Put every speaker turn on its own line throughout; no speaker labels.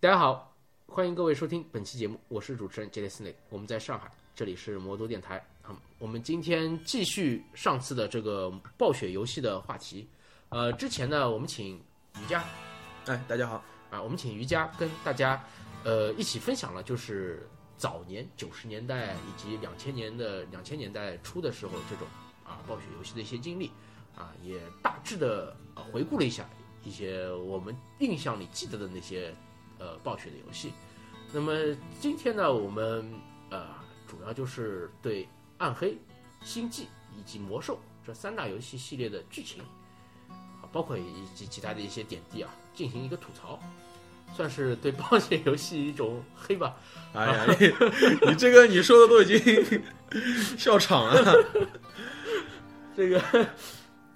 大家好，欢迎各位收听本期节目，我是主持人 J D s n a 我们在上海，这里是魔都电台啊、嗯我们今天继续上次的这个暴雪游戏的话题，呃，之前呢，我们请瑜伽
哎，大家好，
啊，我们请瑜伽跟大家呃一起分享了，就是早年九十年代以及两千年的两千年代初的时候这种啊暴雪游戏的一些经历啊，也大致的、啊、回顾了一下一些我们印象里记得的那些呃暴雪的游戏。那么今天呢，我们呃主要就是对《暗黑》《星际》以及《魔兽》这三大游戏系列的剧情。啊，包括以及其他的一些点滴啊，进行一个吐槽，算是对暴雪游戏一种黑吧。
哎呀，你 你这个你说的都已经 笑场了，
这个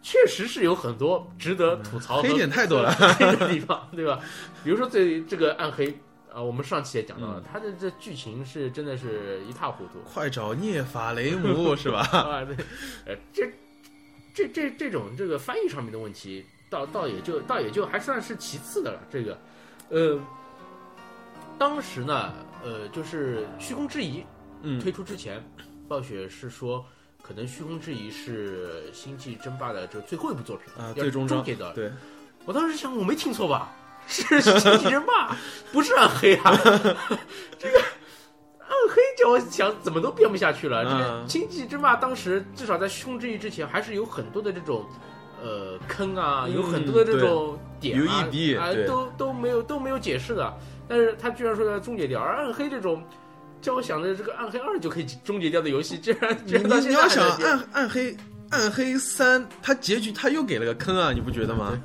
确实是有很多值得吐槽和
嗯黑点太多了。
黑的地方，对吧？比如说对这个暗黑啊、我们上期也讲到
嗯
了，它的这剧情是真的是一塌糊涂。
快找涅法雷姆是 吧？
啊，对，呃，这这这这种这个翻译上面的问题，倒倒也就倒也就还算是其次的了。这个，呃，当时呢，呃，就是《虚空之遗》
嗯
推出之前，暴雪是说，可能《虚空之遗》是《星际争霸》的这个最后一部作品
啊，
要
最终章
终结的。
对，
我当时想，我没听错吧？ 是《星际争霸》，不是暗黑啊！这个暗黑叫我想怎么都编不下去了。这个
嗯
《星际争霸》当时至少在《凶之翼》之前，还是有很多的这种呃坑啊，
嗯
有很多的这种点啊，
UED
啊
对
都都没有都没有解释的。但是他居然说要终结掉，而暗黑这种。叫我想着这个《暗黑二》就可以终结掉的游戏，居然居
你
然到
你
现
你
在还
要
在
想
编
暗暗黑暗黑三，它结局它又给了个坑啊，你不觉得吗？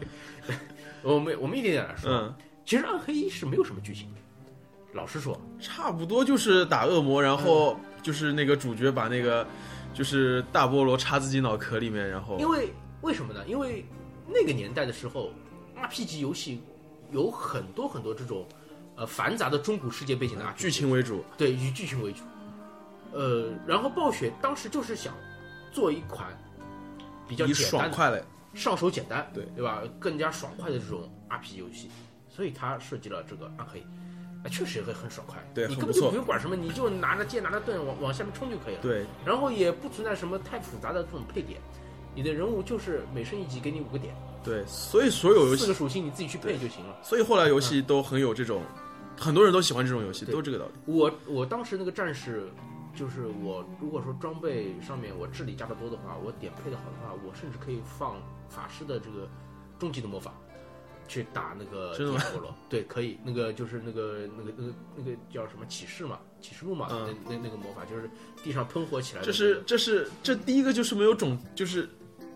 我们我们一点点来说，
嗯，
其实《暗黑一》是没有什么剧情的。老实说，
差不多就是打恶魔，然后就是那个主角把那个就是大菠萝插自己脑壳里面，然后
因为为什么呢？因为那个年代的时候，RPG 游戏有很多很多这种呃繁杂的中古世界背景的 RPG，
剧情为主，
对以剧情为主。呃，然后暴雪当时就是想做一款比较
以
简
爽
单的、
快嘞，
上手简单，
对
对吧？更加爽快的这种 RPG 游戏，所以他设计了这个暗黑。啊，确实也会很爽快，
对
你根
很
本
不
就
错
不用管什么，你就拿着剑拿着盾往往下面冲就可以了。
对，
然后也不存在什么太复杂的这种配点，你的人物就是每升一级给你五个点，
对，所以所有游
四
戏
个属性你自己去配就行了。
所以后来游戏都很有这种，很多人都喜欢这种游戏，
对
都这个道理。
我我当时那个战士，就是我如果说装备上面我智力加的多的话，我点配的好的话，我甚至可以放法师的这个终极的魔法去打那个
真的吗
电陀螺。对，可以，那个就是那个那个那个那个叫什么启示嘛，启示录嘛，
嗯
那那那个魔法就是地上喷火起来的、
这
那个
是这是这第一个就是没有种就是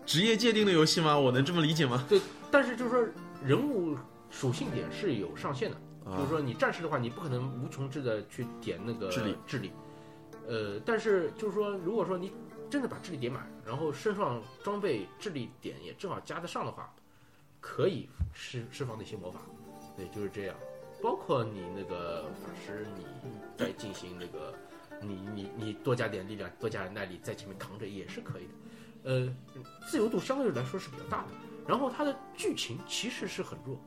职业界定的游戏吗？我能这么理解吗？
但是就是说人物属性点是有上限的。就
啊
是，说你战士的话，你不可能无穷制的去点那个
智力
智力。呃，但是就是说，如果说你真的把智力点满，然后身上装备智力点也正好加得上的话，可以释释放那些魔法。对，就是这样。包括你那个法师，你再进行那个，你你你多加点力量，多加点耐力，在前面扛着也是可以的。呃，自由度相对来说是比较大的。然后它的剧情其实是很弱，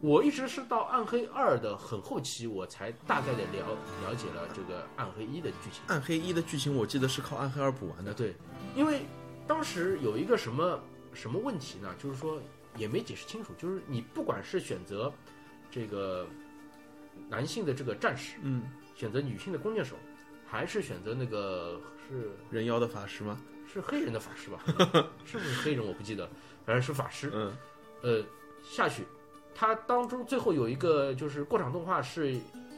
我一直是到《暗黑二》的很后期，我才大概的了了解了这个《暗黑一》的剧情。
暗黑一的剧情我记得是靠暗黑二补完的。
对，因为当时有一个什么什么问题呢？就是说也没解释清楚，就是你不管是选择这个男性的这个战士，
嗯，
选择女性的弓箭手，还是选择那个是
人妖的法师吗？
是黑人的法师吧？ 是不是黑人我不记得，反正是法师。
嗯，
呃下去，他当中最后有一个就是过场动画是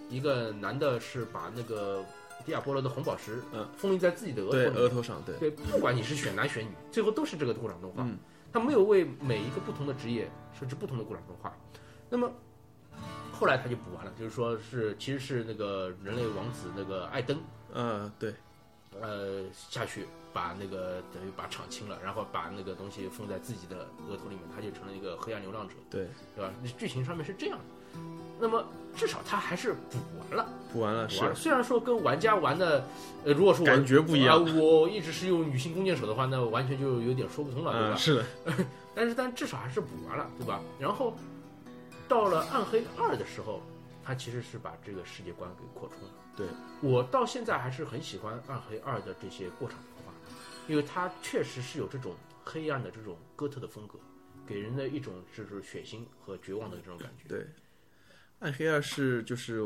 一个男的是把那个迪亚波罗的红宝石
嗯
封印在自己的额头啊
对，
里
额头上对，
对，不管你是选男选女，最后都是这个过场动画。
嗯
他没有为每一个不同的职业设置不同的过场动画。那么后来他就补完了，就是说是其实是那个人类王子那个艾登，
嗯对，
呃下去把那个等于把场清了，然后把那个东西封在自己的额头里面，他就成了一个黑暗流浪者。
对，
对吧？那剧情上面是这样的。那么至少他还是补完了，
补完了
补完
是
了。虽然说跟玩家玩的，呃，如果说我
感觉不一样。
啊我一直是用女性弓箭手的话，那完全就有点说不通了，对
嗯，
吧？
是的，
但是但至少还是补完了，对吧？然后到了暗黑二的时候，他它其实是把这个世界观给扩充了。
对
我到现在还是很喜欢暗黑二的这些过场方法，因为它确实是有这种黑暗的这种哥特的风格，给人的一种就是血腥和绝望的这种感觉。
对，暗黑二是就是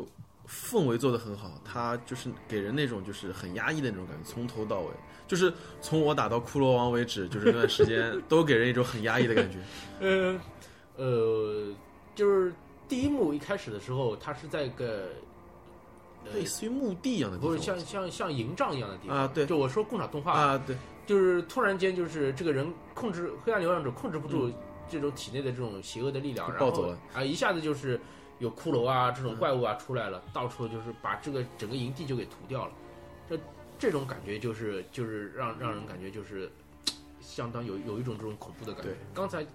氛围做得很好，它就是给人那种就是很压抑的那种感觉，从头到尾，就是从我打到骷髅王为止，就是这段 时间都给人一种很压抑的感觉。
呃，呃，就是第一幕一开始的时候，它是在一个呃
类似于墓地一样的地
不
方，
是像像像营帐一样的地方
啊对
就我说共场动画，
啊，对，
就是突然间就是这个人控制黑暗流浪者控制不住这种体内的这种邪恶的力量，
就
然
嗯暴
后
走了
啊、一下子就是有骷髅啊这种怪物啊出来了，到处就是把这个整个营地就给屠掉了，这这种感觉就是就是
嗯
让让人感觉就是相当有有一种这种恐怖的感觉
对。
刚才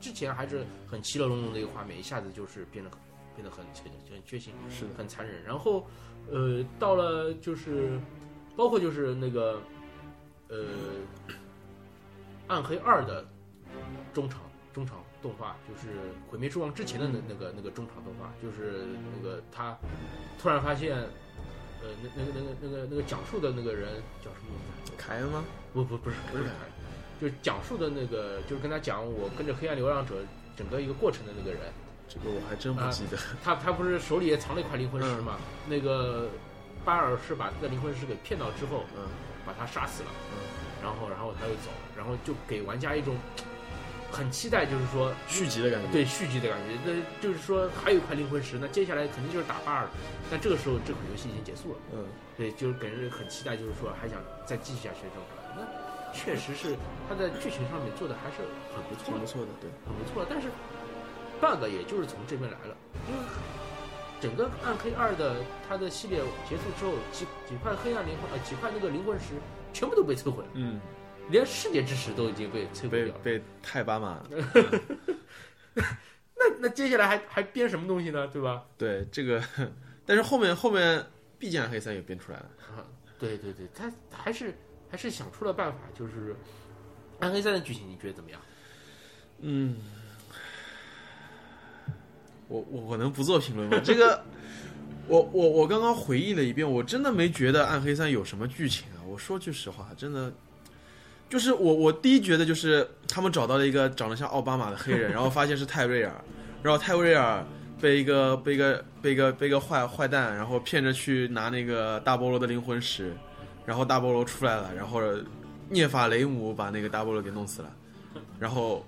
之前还是很其乐融融的一个画面，一下子就是变得很变得很很很血腥。
是的，
很残忍。然后，呃，到了就是，包括就是那个，呃，《暗黑二》的中场中场动画，就是《毁灭之王》之前的那那个那个中场动画，就是那个他突然发现，呃，那那个那个那个那个讲述的那个人叫什么名字？
凯恩吗？
不不不是不
不是
是
凯
凯，就是讲述的那个，就是跟他讲我跟着黑暗流浪者整个一个过程的那个人。
这个我还真不
啊
记得。
他他不是手里也藏了一块灵魂石嘛？那个巴尔是把那灵魂石给骗到之后，
嗯
把他杀死了，
嗯，
然后然后他又走，然后就给玩家一种很期待，就是说
续集的感觉。
对续集的感觉。那就是说还有一块灵魂石，那接下来肯定就是打巴尔了。但这个时候这款游戏已经结束了，
嗯，
对，就是给人很期待，就是说还想再继续下去的这种感觉。那确实是他在剧情上面做的还是很不错
挺
的
不。错的，对，
很不啊错，但是 bug 也就是从这边来了，因为整个暗黑二的它的系列结束之后，几几块黑暗灵魂呃几块那个灵魂石全部都被摧毁了，
嗯，
连世界之石都已经被摧毁
被
掉了。
被泰巴马，
那那接下来还还编什么东西呢？对吧？
对这个， 但是后面后面，毕竟暗黑三也编出来了，
啊，对对对，他还是还是想出了办法，就是暗黑三的剧情你觉得怎么样？
嗯，我我我能不做评论吗？ 这个，我我我刚刚回忆了一遍，我真的没觉得《暗黑三》有什么剧情啊。我说句实话，真的，就是我我第一觉得就是他们找到了一个长得像奥巴马的黑人，然后发现是泰瑞尔，然后泰瑞尔被一个被一个被一个被一个坏坏蛋，然后骗着去拿那个大菠萝的灵魂石，然后大菠萝出来了，然后涅法雷姆把那个大菠萝给弄死了，然后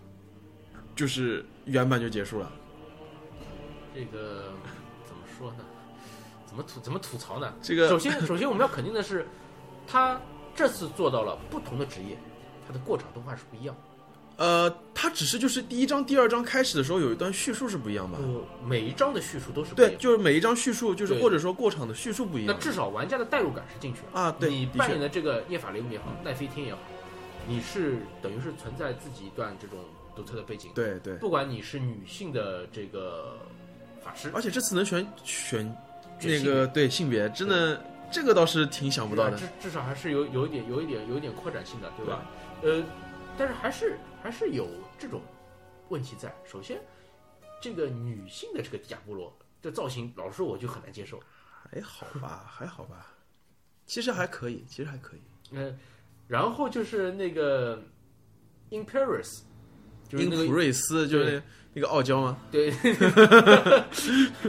就是原版就结束了。
这个怎么说呢？怎么吐怎么吐槽呢？
这个
首先， 首先我们要肯定的是，他这次做到了不同的职业，他的过场动画是不一样的。
呃，它只是就是第一章、第二章开始的时候有一段叙述是不一样吧？
呃，每一章的叙述都是不一
对，
样的。
就是每一章叙述就是
对
或者说过场的叙述不一
那
样
至少玩家的代入感是进去了。
啊。对，
你
的
扮演
确，
的这个叶法雷姆也好，奈飞天也好，你是等于是存在自己一段这种独特的背景。
对对。
不管你是女性的这个法师，
而且这次能选选
决
那
心
个对性别，真的这个倒是挺啊想不到的
啊至。至少还是有有一点有一点有一点扩展性的，对吧？呃，但是还是还是有这种问题在。首先，这个女性的这个迪亚波罗的造型，老实说我就很难接受。
还好吧，还好吧，其实还可以，其实还可以。
嗯、然后就是那个 In Paris，就是
英
那
普
个
瑞斯就是那那个傲娇吗？
对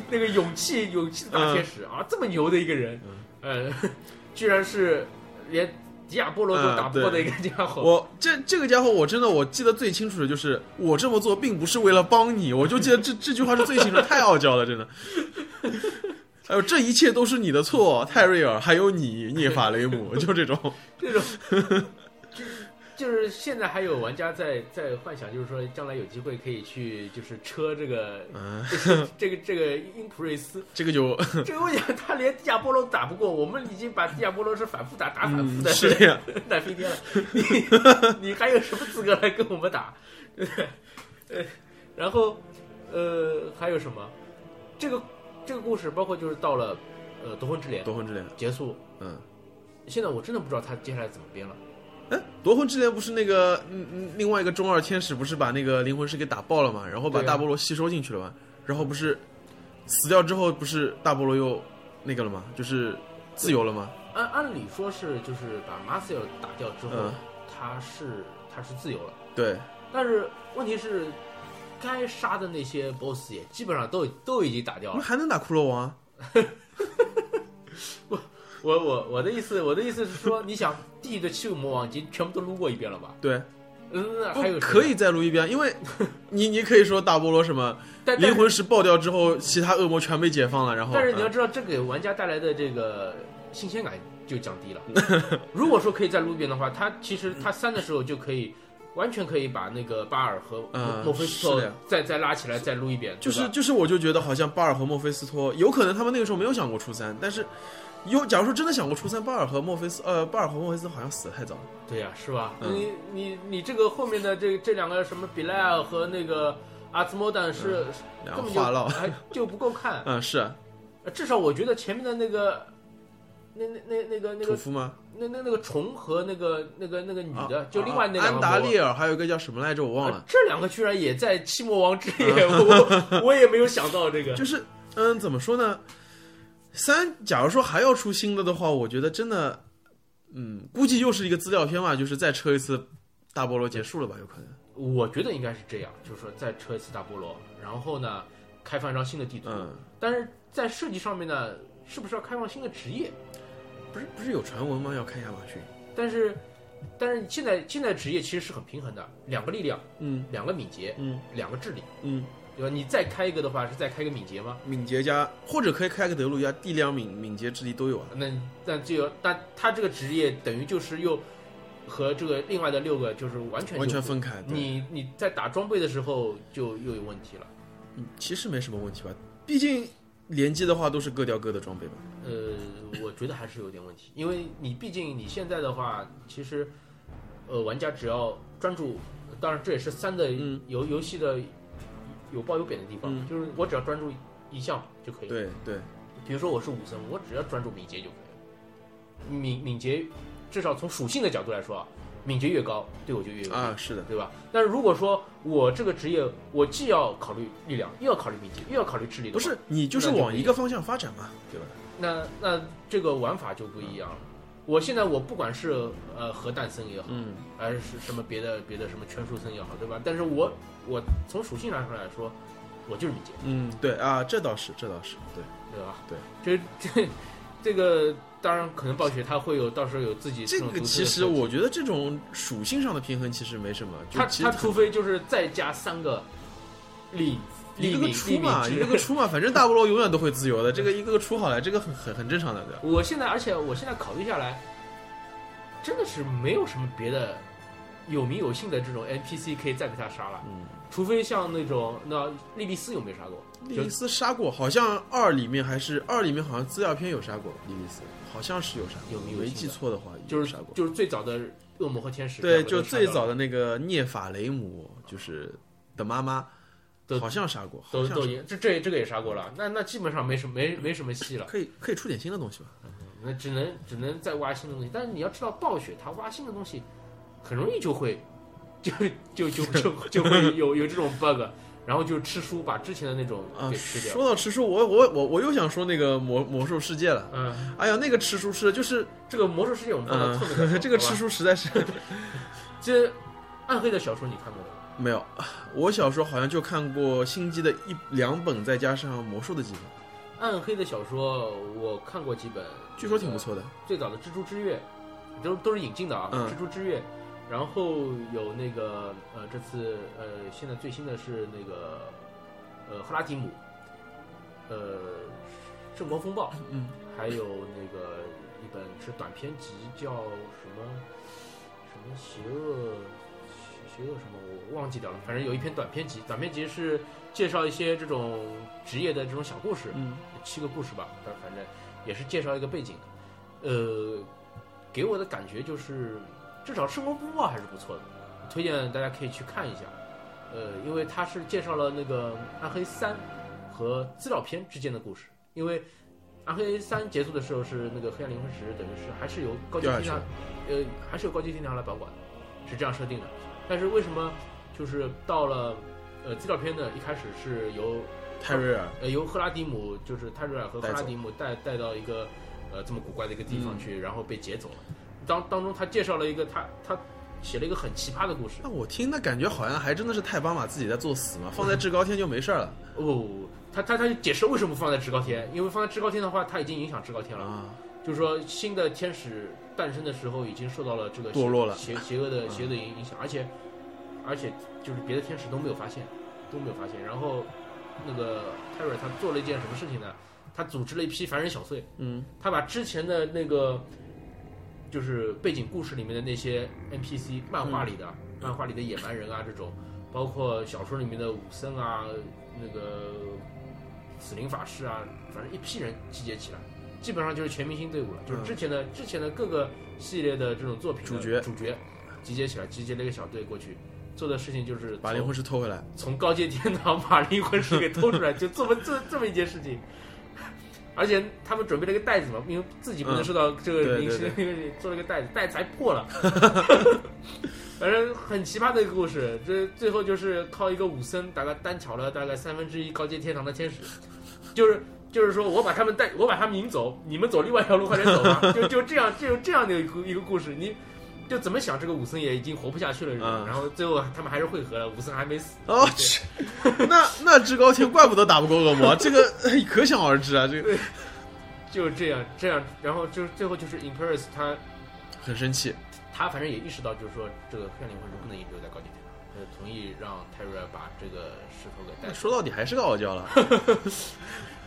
那个勇气勇气的大天
嗯
使、啊，这么牛的一个人，呃，居然是连迪亚波罗都
啊
打不过的一个家伙。
我这这个家伙，我真的我记得最清楚的就是，我这么做并不是为了帮你，我就记得这 这句话是最清楚，太傲娇了，真的。还有这一切都是你的错，泰瑞尔，还有你，涅法雷姆，就这种。
这种 就就是现在还有玩家在在幻想，就是说将来有机会可以去就是车这个
嗯，
这个这个英普瑞斯，
这个就
这个问题他连迪亚波罗都打不过，我们已经把迪亚波罗是反复打打反复
嗯
的，
是这样。
奶飞天了，你 你还有什么资格来跟我们打？对不对呃，然后呃还有什么？这个这个故事包括就是到了呃夺魂之莲
夺魂之恋，
结束，
嗯，
现在我真的不知道他接下来怎么编了。
哎，夺魂之恋不是那个嗯嗯另外一个中二天使不是把那个灵魂石给打爆了吗？然后把
对啊
大菠萝吸收进去了吗？然后不是死掉之后，不是大菠萝又那个了吗？就是自由了吗？
按按理说是就是把马塞尔打掉之后，
嗯
他是他是自由了，
对，
但是问题是，该杀的那些 BOSS 也基本上都都已经打掉
那
了。
还能打骷髅王啊？
我我我的意思，我的意思是说，你想地狱的七个魔王已经全部都撸过一遍了吧？
对，
嗯，那
不
还有谁
可以再撸一遍，因为你你可以说大菠萝什么
但但
灵魂石爆掉之后，其他恶魔全被解放了，然后
但是你要
嗯
知道，这给玩家带来的这个新鲜感就降低了。如果说可以再撸一遍的话，他其实他三的时候就可以，完全可以把那个巴尔和
嗯
墨菲斯
是
特
的呀
再再拉起来再撸一遍，
就是
对吧
就是，我就觉得好像巴尔和墨菲斯托，有可能他们那个时候没有想过初三，但是有假如说真的想过初三，巴尔和墨菲斯呃巴尔和墨菲斯托好像死的太早了。
对呀、是吧？
嗯
你你你这个后面的这这两个什么比莱尔和那个阿兹莫丹是根
然后
本
嗯话
就
唠，
还就不够 看，呃
嗯，是啊
至少我觉得前面的那个。那那那那个那
屠
个
夫吗？
那那那个虫和那个那个那个女的，
啊
就另外那
啊
两
安
个
达
魔
利尔，还有一个叫什么来着，我忘
啊
了。
这两个居然也在七魔王之夜， 我我也没有想到这个。
就是嗯，怎么说呢？三，假如说还要出新的的话，我觉得真的，嗯，估计又是一个资料片吧，就是再车一次大菠萝结束了吧，有可能。
我觉得应该是这样，就是说再车一次大菠萝，然后呢，开放一张新的地图，
嗯，
但是在设计上面呢，是不是要开放新的职业？
不是不是有传闻吗？要开亚马逊？
但是，但是现在现在职业其实是很平衡的，两个力量，
嗯
两个敏捷，
嗯
两个智力，
嗯，
对吧？你再开一个的话，是再开个敏捷吗？
敏捷加或者可以开个德鲁加，力量、敏敏捷、智力都有啊。
那那就有，但他这个职业等于就是又和这个另外的六个就是完全就
完全
不
分开，对
你你在打装备的时候就又有问题了。
嗯其实没什么问题吧？毕竟联机的话都是各掉各的装备吧。
呃，我觉得还是有点问题，因为你毕竟你现在的话，其实呃，玩家只要专注，当然这也是三的
嗯
游、游戏的有褒有贬的地方，
嗯
就是我只要专注一项就可以了。
对对，
比如说我是武僧，我只要专注敏捷就可以了。敏敏捷，至少从属性的角度来说啊，敏捷越高，对我就越有利
啊，是的，
对吧？但是如果说我这个职业，我既要考虑力量，又要考虑敏捷，又要考虑智力的话，
不是你就是
那就不
往一个方向发展嘛，对吧？
那那这个玩法就不一样了。我现在我不管是呃核弹僧也好，
嗯，
还是什么别的别的什么圈术僧也好，对吧？但是我我从属性上来说，我就是敏捷，
嗯，对啊，这倒是，这倒是，对，
对吧？
对，
这这这个当然可能暴雪它会有到时候有自己
这
种
个
独特的
其实
设计
我觉得这种属性上的平衡其实没什么，就
它
其
它
实
除非就是再加三个力
一
力
个个
敏
出
力敏
嘛，一
之
个个出嘛，反正大菠萝永远都会自由的，这个一个个出好了，这个很很很正常的，对吧？
我现在，而且我现在考虑下来，真的是没有什么别的有名有姓的这种 NPC 可以再给他杀了，
嗯，
除非像那种那莉莉丝有没有杀过？
莉莉丝杀过，好像二里面还是二里面好像资料片有杀过莉莉丝，好像是有杀过，
有没有
没
记
记
得
错的话
就
有
是
杀过。
就是最早的恶魔和天使，
对，
两个都
就
杀
最
掉了
早的那个涅法雷姆，就是的妈妈
都，
好像杀过，好
都
像
都
是
也这这这个也杀过了，那那基本上没什么没没什么戏了，
可以可以出点新的东西吧？
那只能只能再挖新的东西。但是你要知道，暴雪它挖新的东西，很容易就会 就就就就就会有有这种 bug，然后就吃书把之前的那种
啊，
给吃掉。
说到吃书，我我我我又想说那个魔魔兽世界了。
嗯，
哎呀，那个吃书吃的就是，
这个魔兽世界我们放到
嗯
后面 再说、，
这个
好吧
吃书实在是
这暗黑的小说你看过吗？
没有。我小时候好像就看过《星际》的一两本，再加上《魔兽》的几本，
暗黑的小说我看过几本，
据说挺不。错的。
最早的《蜘蛛之月》，都都是引进的啊，
嗯
蜘蛛之月》，然后有那个呃，这次呃，现在最新的是那个呃，赫拉提姆，呃，圣光风暴，
嗯，
还有那个一本是短篇集，叫什么什么邪恶邪恶什么，我忘记掉了。反正有一篇短篇集，短篇集是介绍一些这种职业的这种小故事，
嗯，
七个故事吧，但反正也是介绍一个背景的。呃，给我的感觉就是，至少《圣光风暴》还是不错的，推荐大家可以去看一下。呃，因为它是介绍了那个《暗黑三》和资料片之间的故事，因为。暗黑三结束的时候是那个黑暗灵魂石，等于是还是由高级
掉下
天
去
堂
了，
呃，还是由高级天堂来保管，是这样设定的。但是为什么就是到了呃资料片呢？一开始是由
泰瑞尔，
呃，由赫拉迪姆就是泰瑞尔和赫
带
拉
走
迪姆带带到一个呃这么古怪的一个地方
嗯
去，然后被劫走了。当当中他介绍了一个他他写了一个很奇葩的故事。
那我听的感觉好像还真的是泰巴马自己在作死嘛，放在制高天就没事 儿了
哦，他他他就解释为什么放在制高天，因为放在制高天的话，他已经影响制高天了。
啊。
就是说新的天使诞生的时候已经受到了这个
堕落了
邪邪恶的
嗯
邪恶的影影响，而且而且就是别的天使都没有发现，都没有发现。然后那个泰瑞尔他做了一件什么事情呢？他组织了一批凡人小队，
嗯，
他把之前的那个就是背景故事里面的那些 NPC，漫画里的、
嗯
漫画里的野蛮人啊这种，包括小说里面的武僧啊，那个死灵法师啊，反正一批人集结起来，基本上就是全明星队伍了，就是
嗯
之前的、之前的各个系列的这种作品的
主角
主角集结起来，集结了一个小队过去。做的事情就是
把灵
从
魂石偷回来，
从高阶天堂把灵魂石给偷出来，就这么这这么一件事情。而且他们准备了一个袋子嘛，因为自己不能
嗯
收到这
对
个
对
零食，因为 做了个袋子，袋子还破 了。反正很奇葩的一个故事，这最后就是靠一个武僧大概单挑了大概三分之一高阶天堂的天使，就是就是说我把他们带，我把他们引走，你们走另外一条路，快点走吧，就就这样，就这样的一个一个故事，你就怎么想这个武僧也已经活不下去了，
嗯
然后最后他们还是会合了，武僧还没死，
哦，去，那那制高天怪不得打不过恶魔，这个 哎可想而知啊，这个
就是这样这样，然后就是最后就是 Imperius 他
很生气。
他反正也意识到，就是说这个黑暗灵魂是不能一直留在高级天堂，他就同意让泰瑞尔把这个石头给带走，
说到底还是个傲娇了，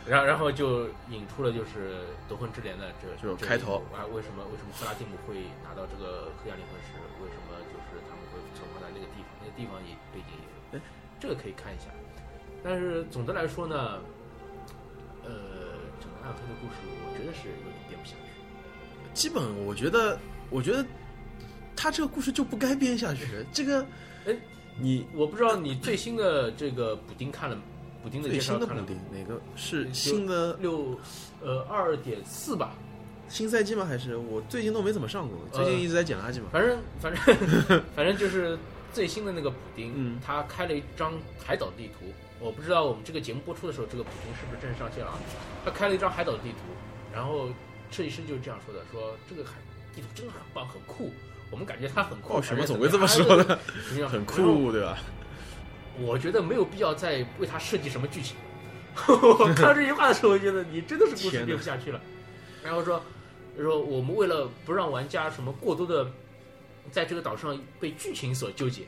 然后然后就引出了就是夺魂之镰的这个
就是开头
这个啊，为什么为什么赫拉蒂姆会拿到这个黑暗灵魂石？为什么就是他们会存活在那个地方？那个地方也背景也有，这个可以看一下。但是总的来说呢，呃，整个暗黑的故事，我觉得是有点编不下去。
基本我觉得，我觉得他这个故事就不该编下去。这个，
哎，
你
我不知道你最新的这个补丁看了，补丁的介
最
绍
新的
看
补
了
丁哪个是
就
新的
六呃二点四吧，
新赛季吗？还是我最近都没怎么上过，最
嗯
近一直在捡垃圾嘛。
反正反 正反正就是最新的那个补丁，
嗯
他开了一张海岛地图，我不知道我们这个节目播出的时候，这个补丁是不是正式上线了啊？他开了一张海岛地图，然后设计师就是这样说的，说这个海地图真的很棒，很酷。我们感觉它很酷，
暴雪嘛，
感觉
总归这
怎
哦么
么样，
说 的，
怎么样
很。
然后
酷，对吧？
我觉得没有必要再为他设计什么剧 情。我看到这句话的时候，我觉得你真的是故
天
事
哪
编不下去 了。然后说说我们为了不让玩家什么过多的在这个岛上被剧情所纠结，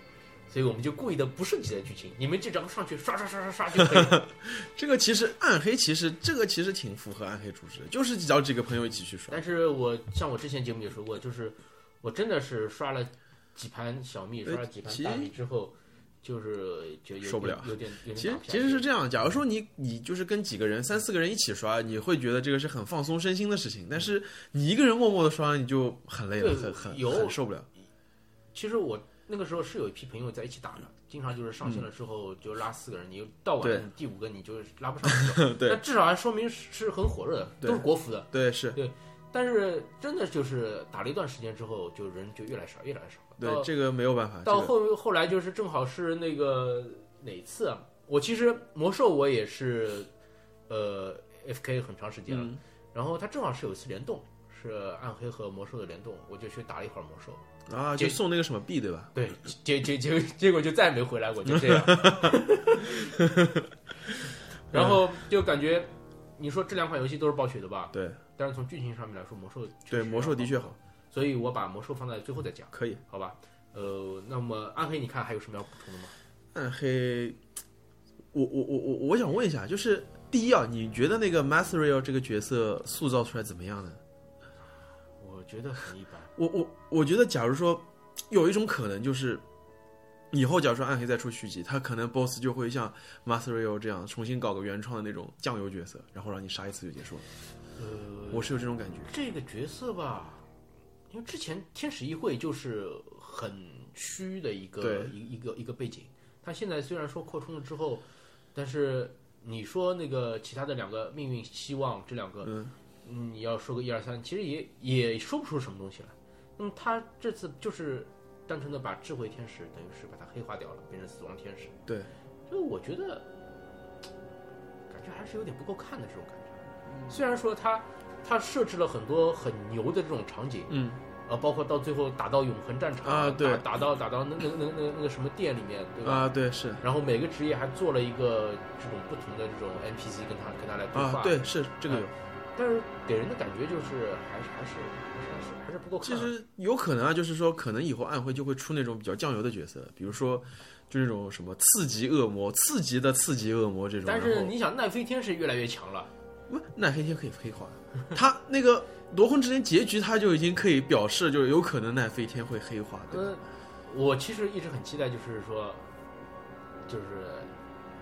所以我们就故意的不设计的剧情，你们就只要上去刷刷刷刷刷就可以 了。
这个其实暗黑，其实这个其实挺符合暗黑主旨的，就是找几个朋友一起去耍
但。是我像我之前节目也说过，就是我真的是刷了几盘小蜜，
呃
刷了几盘
其实
大米之后，就是就有点
受不了
有点有点
其实
打不下
其实
去
是这样，假如说你你就是跟几个人三四个人一起刷，你会觉得这个是很放松身心的事情，但是你一个人默默的刷，你就很累了，
嗯对
很很
有
很受不了。
其实我那个时候是有一批朋友在一起打的，经常就是上线了之后就拉四个人，你到晚
嗯对。
上你第五个你就拉不上去了
对
那至少还说明是很火热的，
对
都是国服的。
对，是
但是真的就是打了一段时间之后，就人就越来越少，越来越少。
对这个没有办法。
到到
这个、
后后来就是正好是那个哪次啊？我其实魔兽我也是，呃，F K 很长时间了，
嗯，
然后它正好是有一次联动，是暗黑和魔兽的联动，我就去打了一会儿魔兽。
啊，就送那个什么币对吧？
对，结结结结果就再没回来过，就这 样。然
嗯
后就感觉，你说这两款游戏都是暴雪的吧？
对
但是从剧情上面来说，魔兽确
对，
实
魔兽的确
要
好，
所以我把魔兽放在最后再讲，
可以。
好吧？呃，那么暗黑，你看还有什么要补充的吗？
暗黑，我我我我我想问一下，就是第一啊，你觉得那个 m a s r i l 这个角色塑造出来怎么样呢？
我觉得很一般。
我我我觉得，假如说有一种可能就是，以后假如说暗黑再出续集，他可能 BOSS 就会像 Masario 这样重新搞个原创的那种酱油角色，然后让你杀一次就结束了。
呃，
我是有这种感觉。
这个角色吧，因为之前天使议会就是很虚的一个
对
一一个一个背景，它现在虽然说扩充了之后，但是你说那个其他的两个命运希望这两个，
嗯
嗯，你要说个一二三，其实也也说不出什么东西来。那么他这次就是单纯的把智慧天使等于是把它黑化掉了，变成死亡天使。
对，
就我觉得觉还是有点不够看的这种感
嗯
觉。虽然说它它设置了很多很牛的这种场景，
嗯，
呃，包括到最后打到永恒战场
啊对
打打到打到那那那那那个什么店里面，对吧？
啊，对，是
然后每个职业还做了一个这种不同的这种 NPC 跟他跟他来对话，
啊，对，是这个有。
但是给人的感觉就是还是还是还是还是还是不够看
其
啊。
实有可能啊，就是说，可能以后暗黑就会出那种比较酱油的角色，比如说，就那种什么刺激恶魔、刺激的刺激恶魔这种。
但
然
是
后
你想，奈飞天是越来越强了，
不，那黑天可以黑化，他那个罗婚之前结局他就已经可以表示，就是有可能奈飞天会黑化，对吧？
嗯，我其实一直很期待，就是说，就是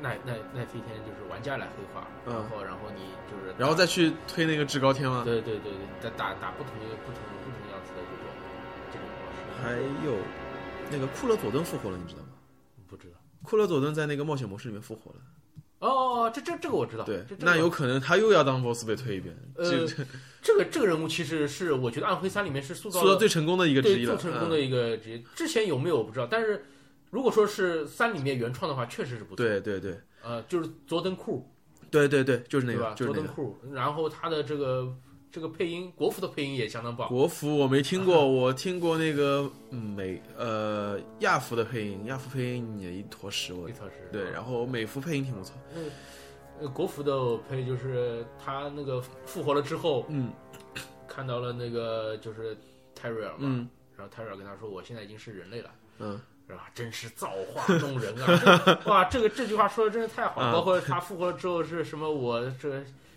奈奈奈飞天就是玩家来黑化，
嗯
然后然后你就是打
然后再去推那个至高天吗？
对对对对，再打打不同的不同不同样子的这种这种模式，
还有那个库勒佐敦复活了，你知道吗？
不知道。
库勒佐敦在那个冒险模式里面复活了，
哦哦哦，这这这个我知道，
对
这，这个
那有可能他又要当 BOSS 被推一遍，
呃
这这
这个这个人物其实是我觉得《暗黑三》里面是塑造
做到
了
最成功的一个嗯之
对
一
最
了。
成功的一个职业。之前有没有我不知道，但是如果说是三里面原创的话，确实是不错。
嗯对对对
呃，就是佐登库，
对对对，就是那
对
个
吧？
就是
佐
那
登
个。
库，然后他的这个这个配音，国服的配音也相当棒。
国服我没 听过，我听过那个嗯美呃亚服的配音，亚服配音也一坨屎，我
没测试啊
对，然后美服配音挺不错，
呃国服的配就是他那个复活了之后，
嗯
看到了那个就是泰瑞尔嘛，
嗯
然后泰瑞尔跟他说：“我现在已经是人类了。”
嗯，
是吧？真是造化弄人啊！ 这哇，这个这句话说的真是太好了。
啊
包括他复活了之后是什么？我这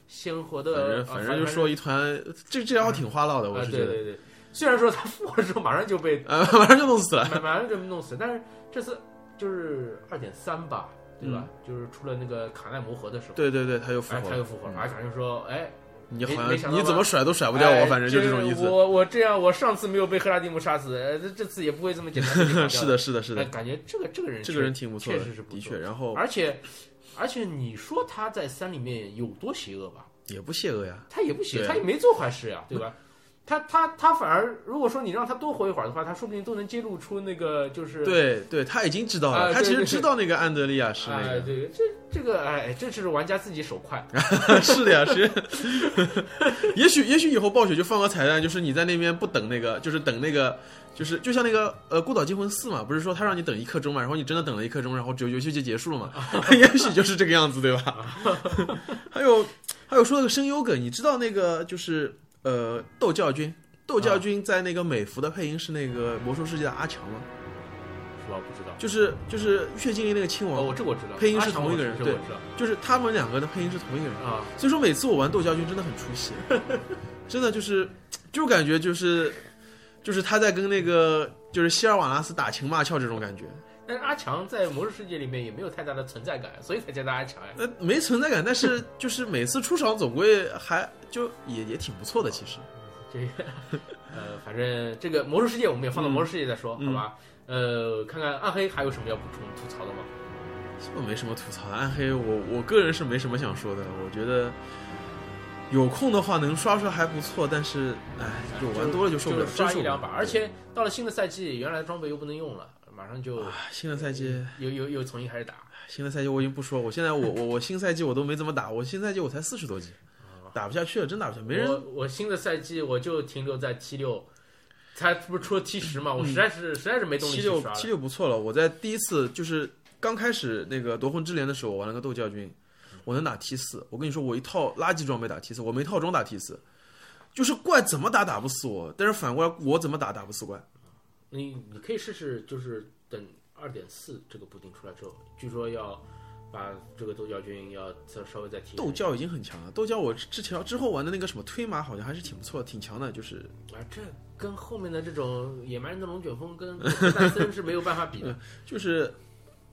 鲜活
反
的，啊
正反正就说一团，这这家伙挺花落的，
啊，
我是觉
对
得，
对对。虽然说他复活了之后马上就被
呃马上就弄死了，
马马上就被弄死，但是这次就是二点三吧，对吧？就是出了那个卡耐魔盒的时候，
对对对，他嗯又复
哎，
活
他
了
又，复活了，哎，感觉说，哎，
你好
没没想
像
到吧
你怎么甩都甩不掉我，
哎
反正就这种意 思，
我我这样，我上次没有被赫拉蒂姆杀死，呃这这次也不会这么简单被你杀掉。
是的是的是
哎，
的，
感觉这个这个人
这个人挺不错的
确实是，不
的
错
确，然后
而且而且你说他在三里面有多邪恶吧？
也不邪恶呀，
他也不邪，
对
他也没做坏事呀、对 吧？他他他反而，如果说你让他多活一会儿的话，他说不定都能揭露出那个就是
对对，他已经知道
啊
了，他其
对
实
对
知道那个安德利亚是
哎、
那个，
对，这这个哎，这就是玩家自己手快，
是的呀，是。也许也许以后暴雪就放个彩蛋，就是你在那边不等那个，就是等那个，就是就像那个呃《孤岛惊魂四》嘛，不是说他让你等一刻钟嘛，然后你真的等了一刻钟，然后游游戏就结束 了嘛，也许就是这个样子，对吧？ 还有还有说那个声优梗，你知道那个就是呃斗教君。斗
啊
教君在那个美服的配音是那个《魔兽世界》的阿强吗？
是吧？不知道。
就是就是月精灵那个亲
哦，
王，
我这个我知道，
配音是
阿强
同一个
我
人
知道
对
我知道
就是他们两个的配音是同一个人。
啊，
所以说每次我玩斗家军真的很出戏， 真的就是就感觉就是就是他在跟那个就是希尔瓦拉斯打情骂俏这种感觉，
但是阿强在魔兽世界里面也没有太大的存在感，所以才叫他阿强呀。
呃没存在感，但是就是每次出场总归还就也也挺不错的，其实
这个， 呃，反正这个魔兽世界我们也放到魔兽世界再说，
嗯
好吧？呃，看看暗黑还有什么要补充吐槽的吗？
基本没什么吐槽。暗黑我我个人是没什么想说的，我觉得。有空的话能刷刷还不错，但是哎，就玩多了就受不了，
就是
真
刷
受
一
不了
两把，。而且到了新的赛季，原来的装备又不能用了，马上就
啊，新的赛季，
又又又重新开始打。
新的赛季我已经不说，我现在我我我新赛季我都没怎么打，我新赛季我才四十多级，打不下去了，真打不下去，没人
啊我我新的赛季我就停留在 T 六，才不是出了 T 十嘛，我实在是、实在是没动力
嗯七
去
六
刷了
七。六不错了。我在第一次就是刚开始那个夺魂之镰的时候，我玩了个斗教军，
嗯
我能打 T 四。我跟你说，我一套垃圾装备打 T 四，我没套装打 T 四，就是怪怎么打打不死我，但是反过来我怎么打打不死怪。
你你可以试试，就是等二点四这个补丁出来之后，据说要把这个斗教军要再稍微再提
斗教已经很强了，斗教我之前之后玩的那个什么推马好像还是挺不错的，挺强的，就是
啊，这跟后面的这种野蛮人的龙卷风跟戴森是没有办法 比的。
就是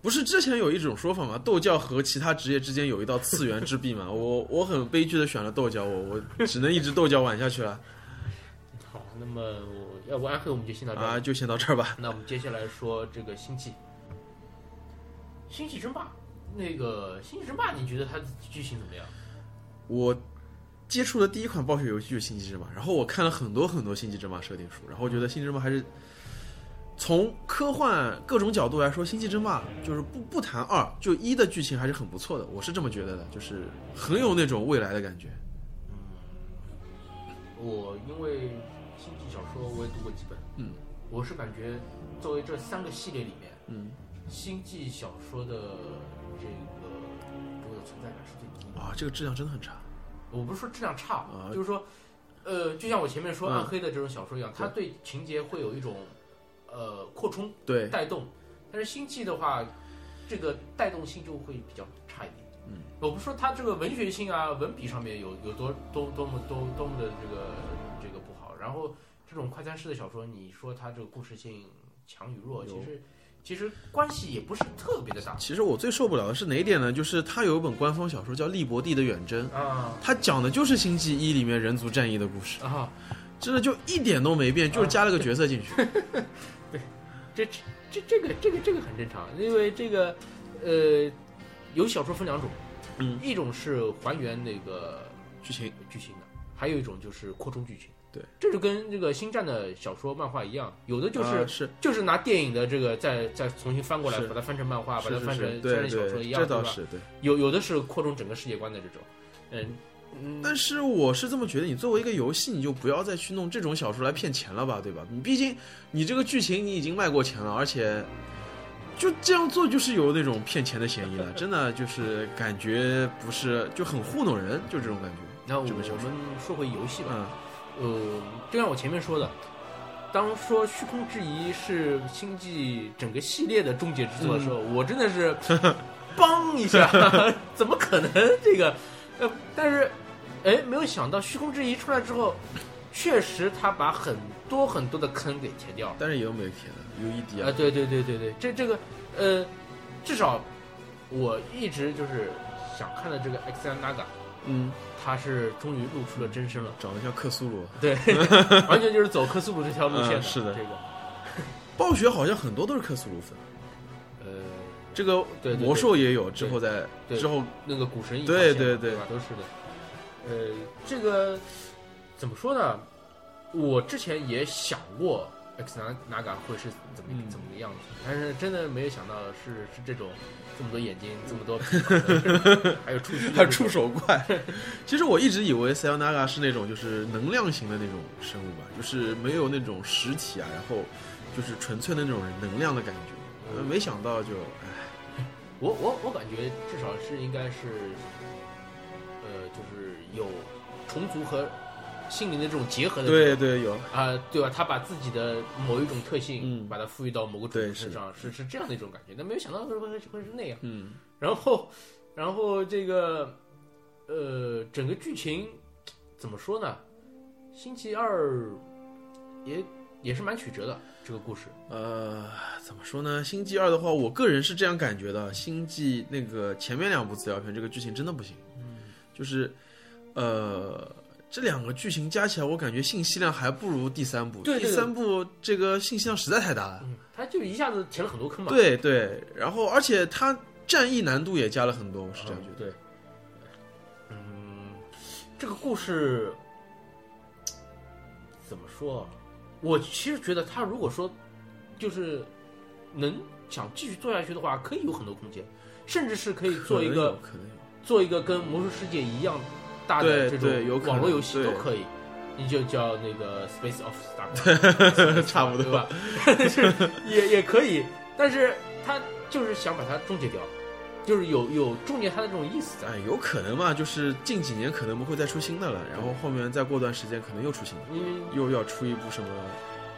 不是之前有一种说法吗？斗教和其他职业之间有一道次元之壁嘛？我我很悲剧的选了斗教，我我只能一直斗教玩下去了
好，那么我要不暗黑我们就先到这儿。
啊！就先到这儿吧。
那我们接下来说这个星际，星际争霸。那个星际争霸，你觉得它的剧情怎么样？
我接触的第一款暴雪游戏就是《星际争霸》，然后我看了很多很多《星际争霸》设定书，然后我觉得《星际争霸》还是从科幻各种角度来说，《星际争霸》就是不不谈二，就一的剧情还是很不错的，我是这么觉得的，就是很有那种未来的感觉。
我因为星际小说我也读过几本，
嗯，
我是感觉作为这三个系列里面，
嗯，
星际小说的这个给我的存在感是最低的。
啊，这个质量真的很差。
我不是说质量差，
啊
就是说，呃，就像我前面说
嗯
暗黑的这种小说一样，它对情节会有一种呃扩充
对，
带动，但是星际的话，这个带动性就会比较差一点。
嗯，
我不是说它这个文学性啊、文笔上面有有多多多么多多么的这个这个不好，然后这种快餐式的小说，你说它这个故事性强与弱，
有
其实其实关系也不是特别的大
其实我最受不了的是哪一点呢？就是他有一本官方小说叫《利伯蒂的远征》，
啊
它讲的就是《星际一》里面人族战役的故事，
啊，
真的就一点都没变，就是加了个角色进去。
这这这这个这个这个很正常，因为这个呃，有小说分两种，
嗯，
一种是还原那个
剧情
剧情的，还有一种就是扩充剧情。
对，
这就跟这个星战的小说、漫画一样，有的 就是、
啊是
就是拿电影的这个再再重新翻过来，
是
把它翻成漫画，把它
是是
翻
是，
成翻
对
成小说
对，
一样，
这倒
对吧
是对。
有有的是扩充整个世界观的这种，嗯嗯，
但是我是这么觉得，你作为一个游戏，你就不要再去弄这种小说来骗钱了吧，对吧？你毕竟你这个剧情你已经卖过钱了，而且就这样做就是有那种骗钱的嫌疑了，真的就是感觉不是就很糊弄人，就这种感觉。
那我
这
们
么小
我
说
们说回游戏吧，
嗯，
呃，就像我前面说的，当说《虚空之遗》是星际整个系列的终结之作的时候，我真的是梆一下， 怎么可能这个？呃，但是，哎，没有想到《虚空之遗》出来之后，确实他把很多很多的坑给填掉了。
但是也有没填的，有一滴
啊，
啊，
对对对对对，这这个，呃，至少我一直就是想看的这个 X n Naga，
嗯，
他是终于露出了真身了。
长得像克苏鲁。
对，完全就是走克苏鲁这条路线的。
嗯是的
这个，
暴雪好像很多都是克苏鲁粉，
呃，
这个
对对对
魔兽也有，之后再
对
之后
那个股神一条
对
线
对
嘛
对
对吧？都是的。呃，这个怎么说呢？我之前也想过 X 南 Naga 会是怎么、
嗯
怎么个样子，但是真的没有想到是是这种这么多眼睛，这么多鼻 孔，还有触须，
还有触。手怪。 其实我一直以为 s a y o n a g a 是那种就是能量型的那种生物吧，就是没有那种实体啊，然后就是纯粹的那种能量的感觉。
嗯
没想到就哎唉，
我我我感觉至少是应该是，呃，就是有虫族和心灵的这种结合的这种
对对有，
啊、对吧？他把自己的某一种特性，
嗯
把它赋予到某个主
对
人
是
身
的
上，是是这样的一种感觉。但没有想到会会会是那样。
嗯，
然后，然后这个，呃，整个剧情怎么说呢？星期二也也是蛮曲折的这个故事。
呃，怎么说呢？星际二的话，我个人是这样感觉的，星际那个前面两部资料片这个剧情真的不行，就是呃。这两个剧情加起来，我感觉信息量还不如第三部。
对对对
第三部这个信息量实在太大了。
嗯，他就一下子填了很多坑嘛。
对对，然后而且他战役难度也加了很多，我是这样觉得。
对，嗯，这个故事怎么说啊？我其实觉得他如果说就是能想继续做下去的话，可以有很多空间，甚至是可以做一个
可能有，
做一个跟魔兽世界一样大的这
对对有
种
可
网络
能
游戏都
对
可以。你就叫那个 Space of Star，
差不多
对吧？ 是也也可以，但是他就是想把它终结掉，就是有有终结它的这种意思在。
哎，有可能嘛，就是近几年可能不会再出新的了，然后后面再过段时间可能又出新的，
嗯，
又要出一部什么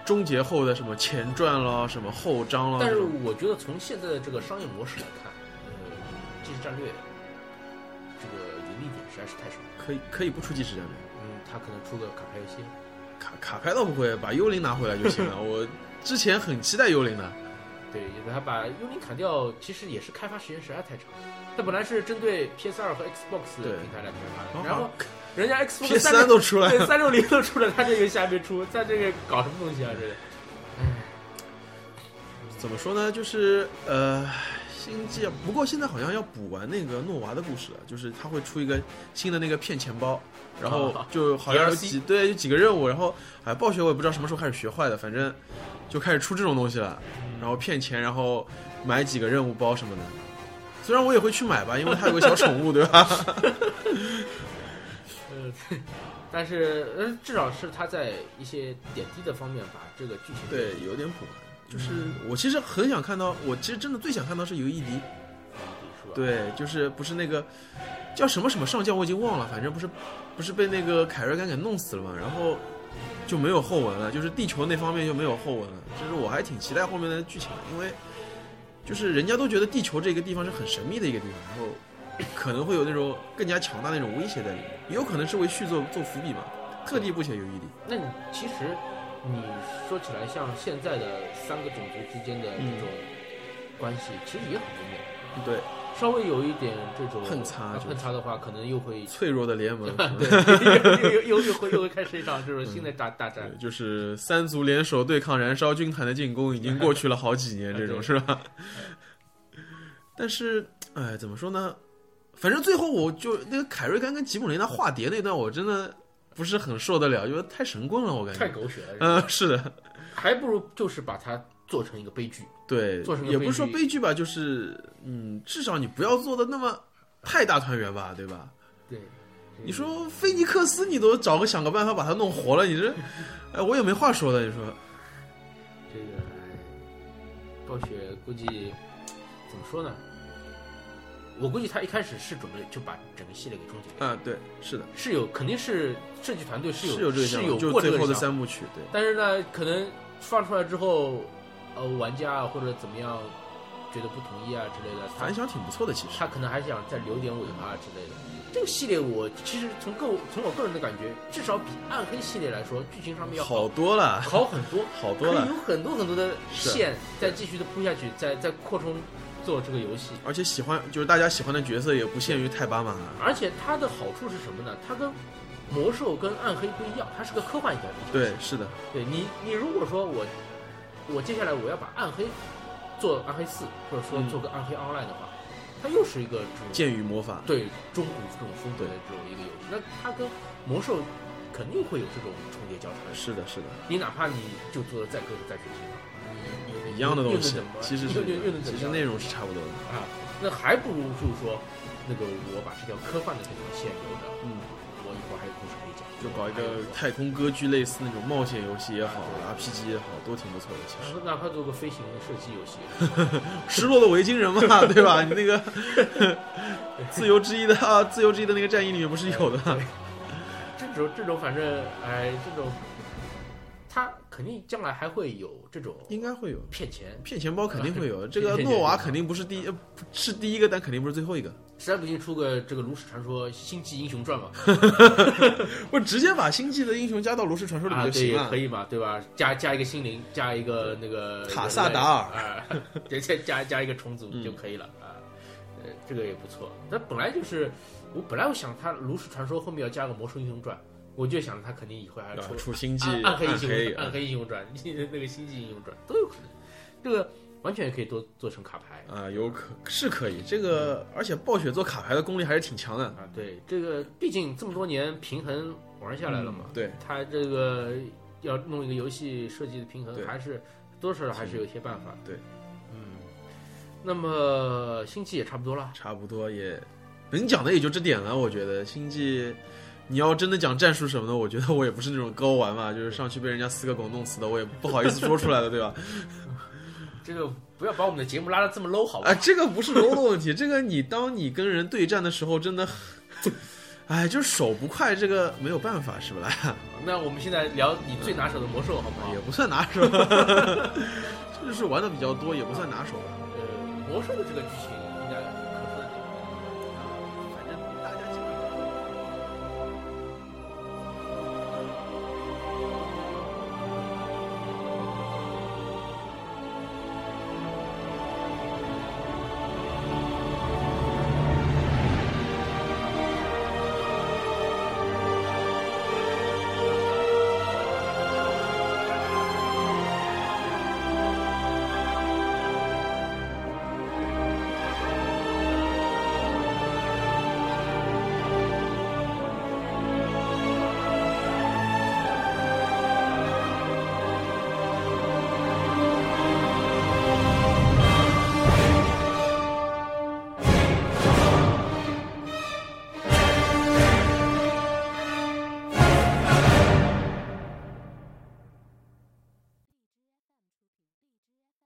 终结后的什么前传咯，什么后章咯。
但是
这种
我觉得从现在的这个商业模式来看，呃，即时战略这个盈利点实在是太少了。
可以可以不出即时战略，
嗯，他可能出个卡牌游戏，
卡卡牌倒不会，把幽灵拿回来就行了。我之前很期待幽灵的，
对，因为他把幽灵砍掉，其实也是开发时间实在太长。他本来是针对 PS 2和 Xbox
对
平台来开发的，然后人家
P
Xbox
三都出来了
对，三六零都出了，他这个下面出，在这个搞什么东西啊？这个，
怎么说呢？就是呃，星际啊，不过现在好像要补完那个诺娃的故事了，就是他会出一个新的那个骗钱包，然后就好像有
DLC
几对有几个任务，然后哎暴雪我也不知道什么时候开始学坏的，反正就开始出这种东西了，然后骗钱，然后买几个任务包什么的。虽然我也会去买吧，因为它有个小宠物，对吧？
呃，但是呃，至少是他在一些点滴的方面把这个剧情
对，有点补完。就是我其实很想看到，我其实真的最想看到是游一迪，
是吧？，
对，就是不是那个叫什么什么上将，我已经忘了，反正不是不是被那个凯瑞甘给弄死了嘛，然后就没有后文了，就是地球那方面就没有后文了。就是我还挺期待后面的剧情的，因为就是人家都觉得地球这个地方是很神秘的一个地方，然后可能会有那种更加强大的那种威胁在里面，也有可能是为续作做伏笔嘛，特地不写游毅力。
那你其实你说起来，像现在的三个种族之间的
嗯
这种关系，其实也很微妙。
对，
稍微有一点这种
碰擦
呃
就是
碰擦的话，可能又会
脆弱的联盟，
对，又又又又会又会开始一场这种新的大大战。
对就是三族联手对抗燃烧军团的进攻，已经过去了好几 年，这种是吧？ 但是，哎，怎么说呢？反正最后我就那个凯瑞甘跟吉姆雷纳化蝶那段，我真的不是很受得了，因为太神棍了，我感
太
觉。
狗血了，
嗯、是的，
还不如就是把它做成一个悲剧。
对
做成，个
也不是说
悲剧
悲剧吧，就是嗯，至少你不要做的那么太大团圆吧，对吧？
对，
你
嗯
说菲尼克斯，你都找个想个办法把他弄活了，你这，哎，我也没话说的，你说，
这个哎暴雪估计怎么说呢？我估计他一开始是准备就把整个系列给终结掉，
啊，对，是的。
是有肯定是设计团队是有
是有这个项
是
目
有
就
过这
最
个
后的
想法
三部曲，对，
但是呢，可能放出来之后，呃，玩家啊或者怎么样觉得不同意啊之类的，他
反响挺不错的，其实
他可能还想再留点尾巴之类的。这个系列我其实从个从我个人的感觉，至少比暗黑系列来说，剧情上面要好
好多了，
好很多，
好
可
多
以
了，
有很多很多的
是
线再继续的铺下去，再再扩充做这个游戏。
而且喜欢就是大家喜欢的角色也不限于泰巴马，
而且它的好处是什么呢？它跟魔兽跟暗黑不一样，它是个科幻一点的游戏。
对，是的，
对你，你如果说我，我接下来我要把暗黑做暗黑四，或者说
嗯
做个暗黑 online 的话，它又是一个这种
剑与魔法，
对中古这种风格的这种一个游戏。那它跟魔兽肯定会有这种重叠交叉。
是的，是的，
你哪怕你就做的再科学再水平，
嗯一样的
又
东
能
西
怎么，样
其实是
又又又能怎
其
么
实
样
内容是差不多的，
啊，那还不如就是说，那个我把这条科幻的这条线留着，
嗯，
我以后还有故事可以讲，
就搞一个太空歌剧类似那种冒险游戏也好，RPG 也好，都挺不错的，其实。
哪怕哪怕做个飞行的射击游戏，
失落的维京人嘛，对吧？你那个自由之翼的啊，自由之翼的那个战役里面不是有的吗？
这种这种反正哎，这种他肯定将来还会有这种
应该会有。
骗钱，
骗钱包肯定会 有，这
骗
个
钱
诺娃肯定不是第一，呃是第一个，但肯定不是最后一个。
实在不行出个这个《炉石传说：星际英雄传》嘛，
我直接把星际的英雄加到炉石传说里
啊
面就
对
行
也
了
可。以嘛，对吧？加加一个心灵，加一个那个
塔萨达尔
啊， 对，再加加一个重组
嗯
就可以了啊。呃，这个也不错。但本来就是我本来我想他《炉石传说》后面要加个《魔兽英雄传》，我就想他肯定以后还要
啊
出
出星际
暗
啊
暗黑英雄
黑，嗯
暗黑英雄传， 那个星际英雄传都有可能，这个完全也可以多做成卡牌
啊，有可是可以。这个而且暴雪做卡牌的功力还是挺强的。
啊。对，这个毕竟这么多年平衡玩下来了嘛，
嗯对，
他这个要弄一个游戏设计的平衡
对，
还是多少还是有一些办法。
对，
嗯，那么星际也差不多了，
差不多也能讲的也就这点了。我觉得星际，你要真的讲战术什么的，我觉得我也不是那种高玩嘛，就是上去被人家四个狗弄死的，我也不好意思说出来的，对吧？
这个不要把我们的节目拉得这么 low 好吧
啊，？这个不是 low 的问题，这个你当你跟人对战的时候，真的很，哎，就是手不快，这个没有办法，是不啦？
那我们现在聊你最拿手的魔兽好不好
也？不算拿手， 这就是玩的比较多，也不算拿手吧。
呃，魔兽的这个剧情应该
啊